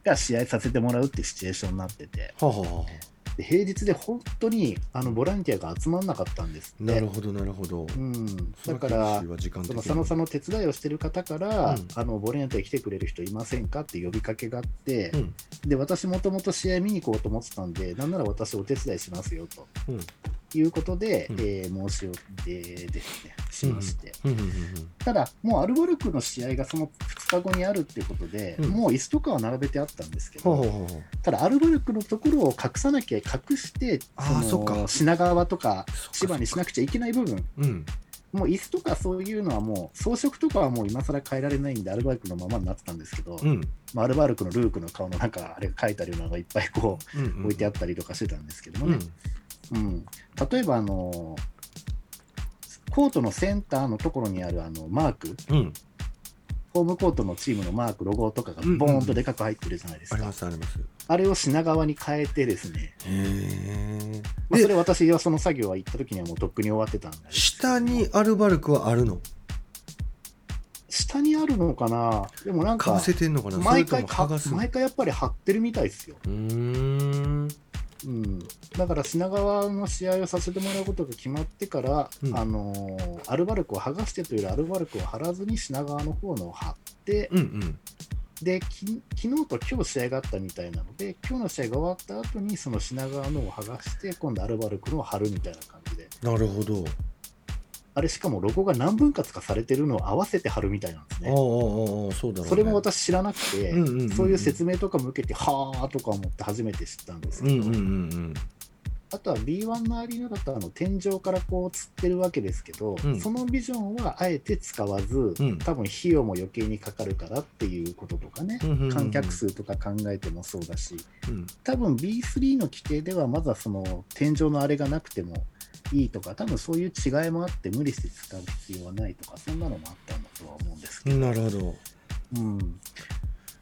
が試合させてもらうってシチュエーションになってて、はあはあはあで平日で本当にあのボランティアが集まらなかったんですって。なるほどなるほど、うん、そだれかは厳らしい、わ時間そ的のに佐野さんの手伝いをしてる方かうら、んあのボランティア来てくれる人いませんかって呼びかけがあってう、んで私、もともと試合見に行こうと思ってたんで、なんなら私、お手伝いしますよとうんいうことで、うんえー申し出ですね、しまして。うんうんうんただ、もうアルバルクの試合がその2日後にあるっていうことで、うんもう椅子とかは並べてあったんですけど、ほうほうほうほうただアルバルクのところを隠さなきゃ隠してあーそのそっか品川とかそっか千葉にしなくちゃいけない部分うんもう椅子とかそういうのはもう装飾とかはもう今更変えられないんでアルバルクのままになってたんですけど、うんまあ、アルバルクのルークの顔のなんかあれが書いてあるようなのがいっぱいこうんううん置いてあったりとかしてたんですけどもうねん、うん例えばあのコートのセンターのところにあるあのマークうんホームコートのチームのマークロゴとかがボーンとでかく入ってるじゃないですあか、りますありますへあれを品川に変えてですねえまあ、でそれ私はその作業は行った時にはもうとっくに終わってたんで下にアルバルクはあるの下にあるのかなでもなんかかぶせてんのかな毎回それともか剥がすの毎回やっぱり貼ってるみたいですよ、うーんうん、だから品川の試合をさせてもらうことが決まってから、うんあのーアルバルクを剥がしてというよりアルバルクを貼らずに品川の方のを貼って、うんうんでき昨日と今日試合があったみたいなので今日の試合が終わった後にその品川のを剥がして今度アルバルクのを貼るみたいな感じでなるほどあれしかもロゴが何分割かされてるのを合わせて貼るみたいなんですああねああああそうだろうねそれも私知らなくて、うんうんうんうんそういう説明とかも受けて、はあとか思って初めて知ったんですうんけうど、んうんうんあとは B1 のアリーナだとあの天井からこう釣ってるわけですけど、うんそのビジョンはあえて使わず、うん多分費用も余計にかかるからっていうこととかね、うんうんうん観客数とか考えてもそうだし、うん多分 B3 の規定ではまずはその天井のあれがなくてもいいとか、多分そういう違いもあって無理して使う必要はないとか、そんなのもあったんだとは思うんですけど。なるほどうん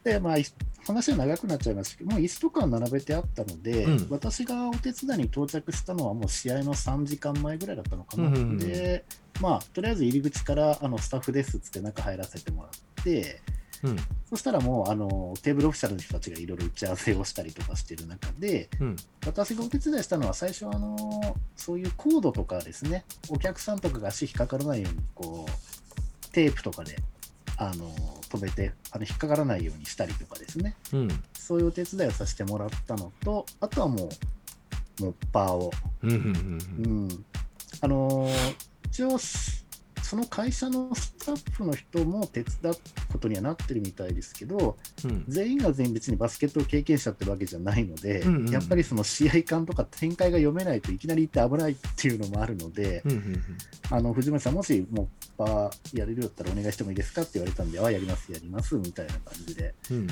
でまあ、い話は長くなっちゃいますけど、もう椅子とかを並べてあったので、うん私がお手伝いに到着したのは、もう試合の3時間前ぐらいだったのかな、うんうんうんで、まあ、とりあえず入り口からあのスタッフですっつって、中入らせてもらって、うんそしたらもうあのテーブルオフィシャルの人たちがいろいろ打ち合わせをしたりとかしてる中で、うん私がお手伝いしたのは、最初はあの、そういうコードとかですね、お客さんとかが足引っかからないようにこう、テープとかであの止めてあの引っかからないようにしたりとかですね、うんそういうお手伝いをさせてもらったのと、あとはもう、モッパーを。うんうんううんん、あのー一応、すその会社のスタッフの人も手伝うことにはなってるみたいですけど、うん全員が全員別にバスケット経験者ってわけじゃないので、うんうんうんやっぱりその試合感とか展開が読めないといきなり行って危ないっていうのもあるので、うんうんあの藤森さん、もしモッパーやれるようだったらお願いしてもいいですかって言われたんで、あやります、やりますみたいな感じで。うん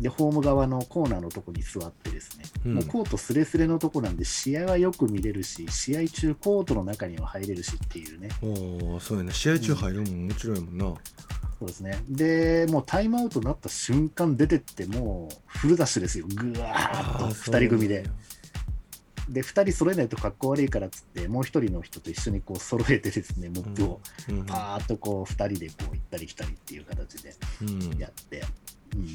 で、ホーム側のコーナーのとこに座ってですね、うんもうコートすれすれのとこなんで、試合はよく見れるし、試合中、コートの中には入れるしっていうね、おーそうやな試合中入るもん面白いもんな、そうですね。で、もうタイムアウトになった瞬間出てって、もうフルダッシュですよ、ぐわーっと、あーそう2人組で。で、2人揃えないとかっこ悪いからっつって、もう1人の人と一緒にこう揃えてですね、モップを、うんうんパーっとこう、2人でこう行ったり来たりっていう形で。うんやって、うん、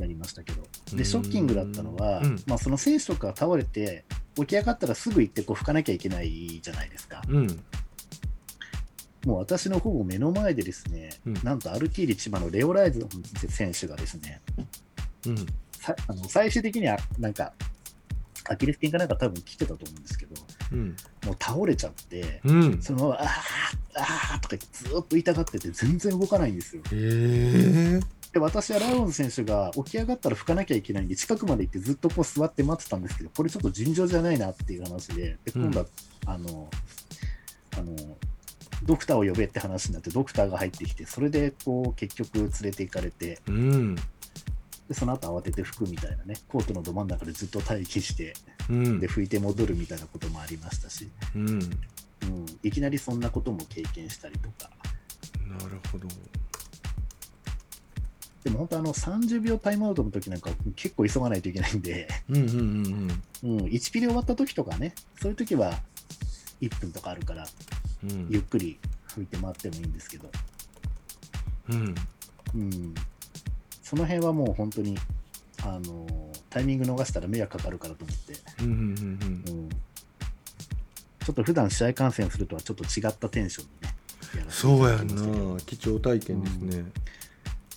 やりましたけど、うんでショッキングだったのは、うんまあ、その選手とか倒れて、起き上がったらすぐ行ってこう拭かなきゃいけないじゃないですか、うんもう私のほぼ目の前で、ですね、うんなんとアルキーリ千葉のレオライズ選手がですね、うんさあの最終的にはなんか、アキレス腱かなんか多分来てたと思うんですけど、うんもう倒れちゃって、うんそのまま、あーあーとか言ってずーっと痛がってて、全然動かないんですよ。えー、で私はライオンズ選手が起き上がったら拭かなきゃいけないんで近くまで行ってずっとこう座って待ってたんですけどこれちょっと尋常じゃないなっていう話ででうん今度は、あのあのドクターを呼べって話になってドクターが入ってきてそれでこう結局連れて行かれてうんでその後慌てて拭くみたいなねコートのど真ん中でずっと待機してうんで拭いて戻るみたいなこともありましたし、うんなるうん、いきなりそんなことも経験したりとかほどでも本当あの30秒タイムアウトの時なんか結構急がないといけないんで。 うんうんうんうん、1ピリオド終わった時とかね、そういう時は1分とかあるから、うんうんゆっくり拭いて回ってもいいんですけど、うんうん、その辺はもう本当に、あのータイミング逃したら迷惑かかるからと思っうんうんうんうんて、うん、ちょっと普段試合観戦するとはちょっと違ったテンションでね、やらせていそうただやきましたけどな貴重体験ですね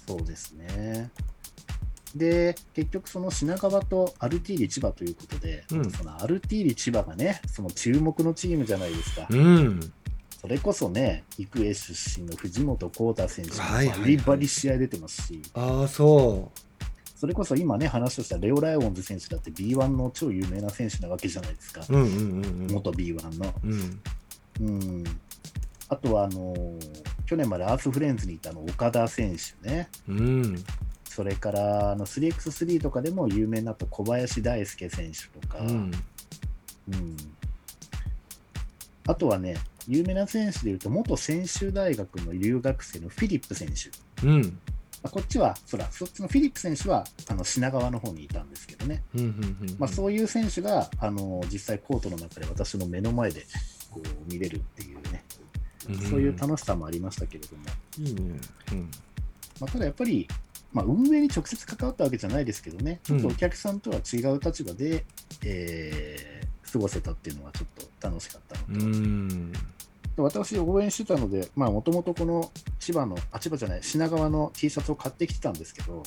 そうですね。で、結局、その品川とアルティーリ千葉ということで、うんそのアルティーリ千葉がね、その注目のチームじゃないですか。うんそれこそね、育英出身の藤本幸太選手はいはいはもいバリバリ試合出てますし、ああそそれこそ今ね、話をしたレオ・ライオンズ選手だって B1 の超有名な選手なわけじゃないですか、ううんうんうんうん元 B1 の。うんうんあとはあのー去年までアースフレンズにいたあの岡田選手ね、うんそれからあの 3x3 とかでも有名になった小林大輔選手とか、うんうんあとはね、有名な選手でいうと、元専修大学の留学生のフィリップ選手。うんまあこっちは、そら、そっちのフィリップ選手はあの品川の方にいたんですけどね、うんうんまあ、そういう選手があの実際、コートの中で私の目の前でこう見れるっていうね、うんそういう楽しさもありましたけれども、いいねうんまあ、ただやっぱり、まあ、運営に直接関わったわけじゃないですけどね、ちょっとお客さんとは違う立場で、えー過ごせたっていうのはちょっと楽しかったのと。うん私応援してたので、もともとこの千葉の、あ、千葉じゃない、品川の T シャツを買ってきてたんですけど、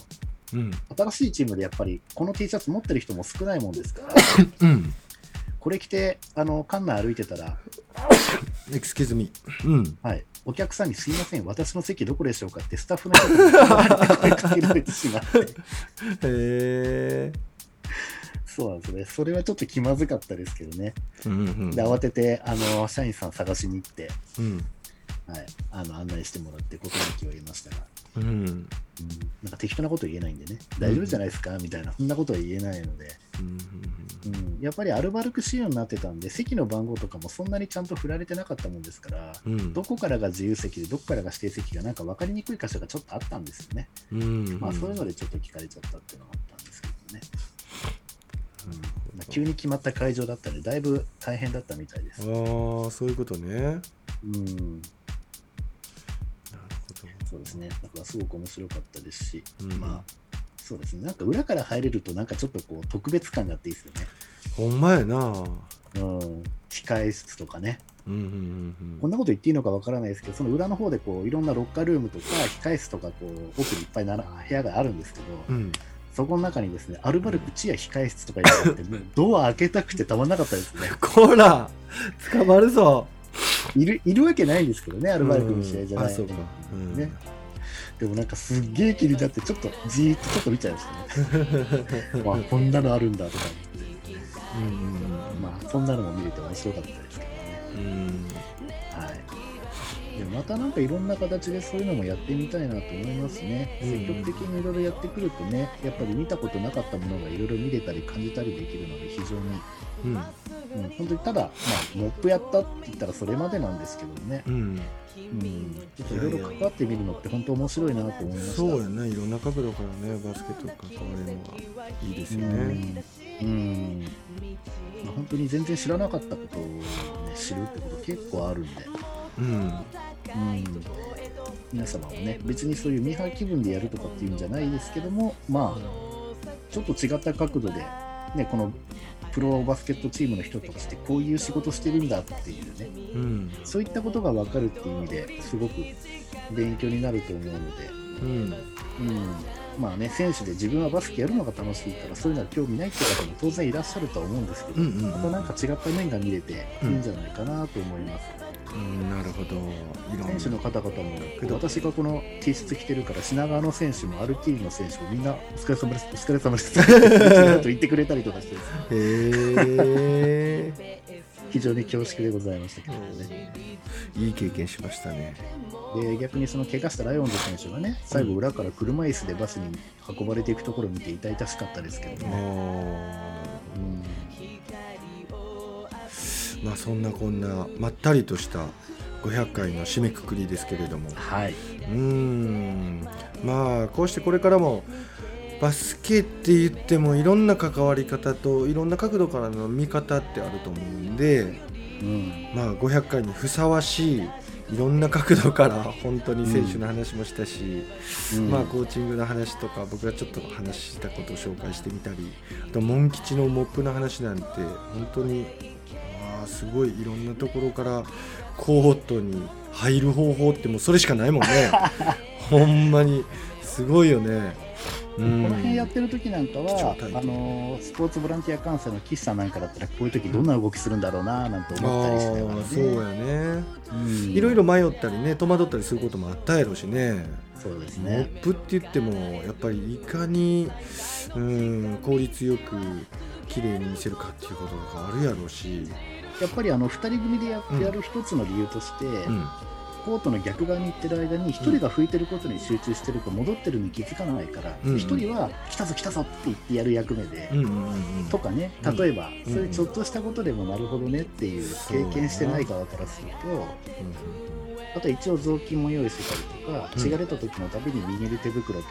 うん新しいチームでやっぱりこの T シャツ持ってる人も少ないもんですから、うんこれ着て、あの、館内歩いてたら、エクスキューズミうんはい、お客さんにすいません、私の席どこでしょうかってスタッフの人に声 かけられてしまって、へえそうなんですね。それはちょっと気まずかったですけどね。うんうんで、慌てて、あの、社員さん探しに行って、うんはい、あの、案内してもらって事なきを得ましたが、うんうんなんか適当なこと言えないんでね、大丈夫じゃないですかみたいな、そんなことは言えないので、うんうん、やっぱりアルバルク仕様になってたんで、席の番号とかもそんなにちゃんと振られてなかったもんですから、うんうんどこからが自由席で、どこからが指定席が、なんか分かりにくい箇所がちょっとあったんですよね。うんまあ、そういうのでちょっと聞かれちゃったっていうのがあったんですけどね。まあ急に決まった会場だったんで、だいぶ大変だったみたいであす。あそういうことねなるうん、ほどそうですね。だからすごく面白かったですし、うんまあ、そうですね。なんか裏から入れると、なんかちょっとこう、特別感があっていいですよね。ほんまやなうん、控え室とかね、うんうんうんこんなこと言っていいのかわからないですけど、その裏の方でこういろんなロッカールームとか、控室とかこう奥にいっぱいなら部屋があるんですけど、うんそこの中にですね、アルバルクチア控室とか言って、もうドア開けたくてたまんなかったですね。こら捕まるぞいるいるわけないんですけどね、アアルバルクの試合じゃあないそうか、うんねでもなんかすっげえ気になって、ちょっとじーっとちょっと見ちゃいました ね。わ、こんなのあるんだとか思って。うんうんまあ、そんなのも見れて面白かったですけどね。うんはい、でまたなんかいろんな形でそういうのもやってみたいなと思いますね、うん積極的にいろいろやってくるとね、やっぱり見たことなかったものがいろいろ見れたり感じたりできるので、非常に、うんうん、本当にただ、まあ、モップやったって言ったらそれまでなんですけどね、うんうん、ちょっといろいろ関わってみるのって、本当面白いなと思いました。そうやねいろんな角度からねバスケと関われるのはいいですよねうんうんまあ本当に全然知らなかったことを、ね、知るってこと結構あるんで、うんうん、皆様もね別にそういうミーハー気分でやるとかっていうんじゃないですけどもまあちょっと違った角度で、ね、このプロバスケットチームの人としてこういう仕事してるんだっていうねうんそういったことが分かるっていう意味ですごく勉強になると思うので、うんうん、まあね選手で自分はバスケやるのが楽しいからそういうのは興味ないって方も当然いらっしゃるとは思うんですけど、うんうんうんまたなんか違った面が見れていいんじゃないかなと思います。うんなるほどいろん選手のな方々も私がこの T シャツ着てるから品川の選手も RT の選手もみんなお疲れ様ですお疲れ様ですって言ってくれたりとかしてへえ非常に恐縮でございましたけどねいい経験しましたねで逆にその怪我したライオンズ選手がね最後裏から車椅子でバスに運ばれていくところを見て痛々しかったですけどあね、あうんまあそんなこんなまったりとした500回の締めくくりですけれどもうはいーんまあこうしてこれからもバスケって言ってもいろんな関わり方といろんな角度からの見方ってあると思うんでうんまあ500回にふさわしいいろんな角度から本当に選手の話もしたし、うんまあコーチングの話とか僕がちょっと話したことを紹介してみたりあとモン吉のモップの話なんて本当にまあすごいいろんなところからコートに入る方法ってもうそれしかないもんね ほんまにすごいよね。うんこの辺やってる時なんかは貴重体験あのースポーツボランティア関西の岸さんなんかだったらこういう時どんな動きするんだろうななんてあ思ったりしてたからーねそうやね、うんいろいろ迷ったりね戸惑ったりすることもあったやろしねそうですモねップって言ってもやっぱりいかにうん効率よく綺麗に見せるかっていうことがあるやろうし、やっぱりあの2人組でやうんやる一つの理由として、うんコートの逆側に行ってる間に1人が吹いてることに集中してると戻ってるに気づかないから、うん1人は来たぞ来たぞって言ってやる役目で、うんうんうんとかねうん例えば、うんそういうちょっとしたことでもなるほどねっていうそう経だな験してない側からするとあと一応雑巾も用意してたりとか、うん血が出た時のたびにビニール手袋と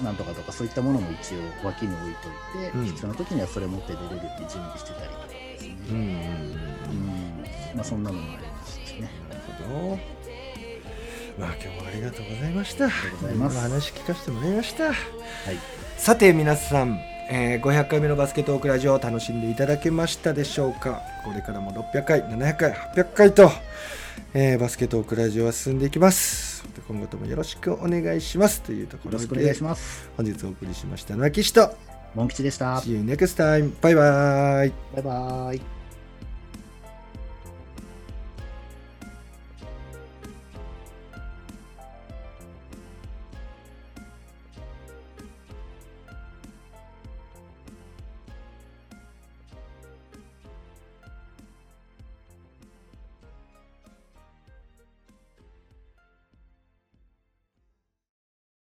うんなんとかとかそういったものも一応脇に置いといて、うん必要な時にはそれ持って出れるって準備してたりとかですね。うんうんうんうんまあ、そんなのもありますしね。なるほどまあ今日もありがとうございましたありがとうございます話聞かせてもらいましたはい、さて皆さん、えー500回目のバスケットオークラジオを楽しんでいただけましたでしょうかこれからも600回700回800回と、えーバスケットオークラジオは進んでいきます今後ともよろしくお願いしますというところよろしでくお願いします。本日お送りしましたのは岸とモン吉でした。 See you next time バイバイバイバイ。